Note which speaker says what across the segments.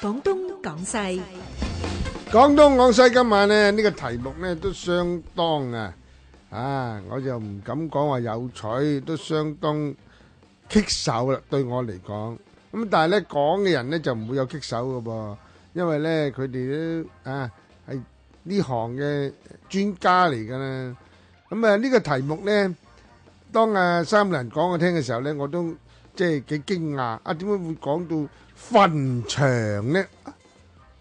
Speaker 1: 廣東廣西
Speaker 2: 廣東廣西今晚呢，呢、個題目呢都相當啊啊！我又唔敢講話有趣，都相當棘手啦。對我嚟講，咁但係呢講嘅人呢就唔會有棘手嘅噃，因為呢，佢哋都啊係呢行嘅專家嚟㗎啦。咁啊呢個題目呢，當啊三個人講我聽嘅時候呢，我都即係幾驚訝啊！點解會講到墳場呢？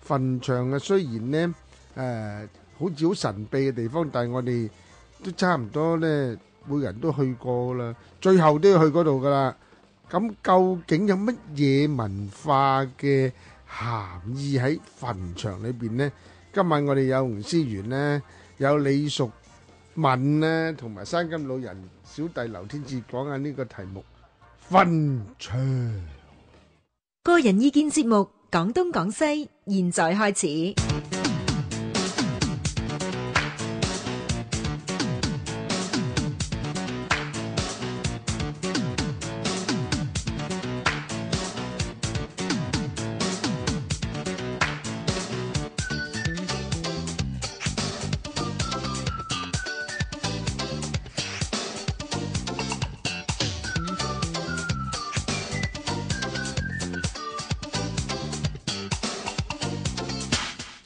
Speaker 2: 墳場啊，雖然呢，誒、好似好神秘嘅地方，但係我哋都差唔多呢，每人都去過啦，最後都要去嗰度噶啦。咁究竟有乜嘢文化嘅含義喺墳場裏邊呢？今晚我哋有吳思源呢，有李淑敏呢，同埋山金老人小弟劉天志講下呢個題目墳場。
Speaker 1: 個人意見節目《廣東廣西》，現在開始。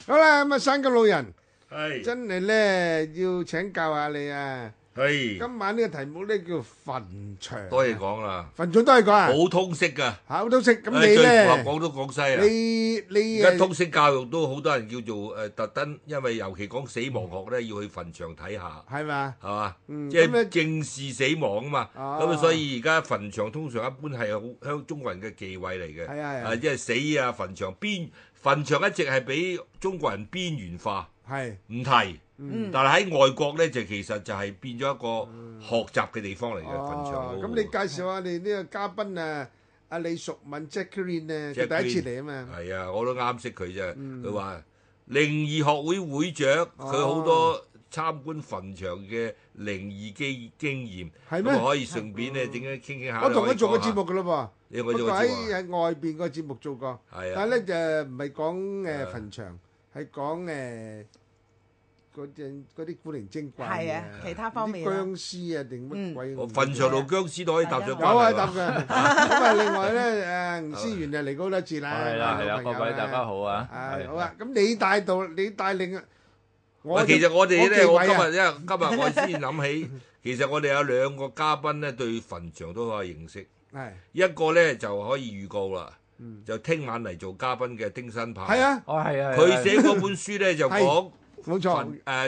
Speaker 2: 好啦，咁啊山金老人。
Speaker 3: 係，
Speaker 2: 真係咧要請教下你啊！
Speaker 3: 係，
Speaker 2: 今晚呢個題目咧叫墳場，
Speaker 3: 多嘢講啦，
Speaker 2: 墳場都係講啊，
Speaker 3: 好通識噶，
Speaker 2: 考都識。咁
Speaker 3: 唉
Speaker 2: 你
Speaker 3: 最符合
Speaker 2: 咧，
Speaker 3: 廣東廣西啊。
Speaker 2: 你
Speaker 3: 而
Speaker 2: 你
Speaker 3: 家
Speaker 2: 誒
Speaker 3: 通識教育都好多人叫做誒特登，因為尤其講死亡學咧，要去墳場睇下，
Speaker 2: 係嘛？
Speaker 3: 係嘛？
Speaker 2: 嗯
Speaker 3: 即
Speaker 2: 咁咧
Speaker 3: 係正視死亡啊嘛。
Speaker 2: 啊
Speaker 3: 咁所以而家墳場通常一般係好香中國人嘅忌諱嚟嘅。
Speaker 2: 係啊係啊
Speaker 3: 啊，即係死啊，墳場邊墳場一直係俾中國人邊緣化，
Speaker 2: 係
Speaker 3: 唔提。
Speaker 2: 嗯
Speaker 3: 但係喺外國咧，就其實就係變咗一個學習嘅地方嚟嘅墳
Speaker 2: 哦
Speaker 3: 場。。
Speaker 2: 咁你介紹下你呢個嘉賓啊，阿李淑敏 Jacqueline 咧，佢
Speaker 3: Jacqueline
Speaker 2: 第一次嚟啊嘛。
Speaker 3: 係啊，我都啱識佢啫。
Speaker 2: 嗯
Speaker 3: 佢話靈異學會會長，
Speaker 2: 哦
Speaker 3: 佢好多參觀墳場嘅靈異經經驗，
Speaker 2: 係
Speaker 3: 咁
Speaker 2: 咩嗯
Speaker 3: 啊可以順便咧點樣傾傾下咧。
Speaker 2: 我同
Speaker 3: 可
Speaker 2: 佢
Speaker 3: 以
Speaker 2: 做過
Speaker 3: 講下
Speaker 2: 節目，㗎咯
Speaker 3: 你有
Speaker 2: 噃，
Speaker 3: 冇
Speaker 2: 不
Speaker 3: 做
Speaker 2: 過
Speaker 3: 過
Speaker 2: 喺
Speaker 3: 節目
Speaker 2: 喺
Speaker 3: 啊？
Speaker 2: 外邊個節目做過，
Speaker 3: 係
Speaker 2: 但係
Speaker 3: 啊，
Speaker 2: 咧就唔係講誒
Speaker 3: 係啊
Speaker 2: 墳場，係講誒嗰陣嗰啲古靈精怪
Speaker 4: 係
Speaker 2: 嘢
Speaker 4: 啊其他方面
Speaker 2: 啲
Speaker 4: 啊
Speaker 2: 僵屍啊定乜
Speaker 4: 嗯
Speaker 2: 鬼
Speaker 3: 我墳場度僵屍都可以搭上關
Speaker 4: 有
Speaker 3: 係
Speaker 2: 有
Speaker 3: 喎
Speaker 2: 啊，答 嘅。咁啊，另外咧，誒吳思源就嚟過好多次啦，
Speaker 5: 係啦，係啦，
Speaker 2: 老
Speaker 5: 各
Speaker 2: 朋友
Speaker 5: 位大家。好啊！
Speaker 2: 啊
Speaker 5: 係，
Speaker 2: 好啊，咁你帶到，你帶領我
Speaker 3: 喂，
Speaker 2: 就。
Speaker 3: 其實我哋咧，我
Speaker 2: 忌
Speaker 3: 今
Speaker 2: 諱啊
Speaker 3: 日因為今日我先 諗起，其實我哋有兩個嘉賓咧對墳場都可以認識，
Speaker 2: 係
Speaker 3: 一個咧就可以預告啦
Speaker 2: 嗯，
Speaker 3: 就聽晚嚟做嘉賓嘅丁新豹。
Speaker 2: 係，啊，
Speaker 5: 哦，係啊，係啊
Speaker 3: 佢寫嗰本書咧就
Speaker 2: 係
Speaker 3: 講。
Speaker 2: 冇
Speaker 3: 墳
Speaker 2: 錯
Speaker 3: 誒。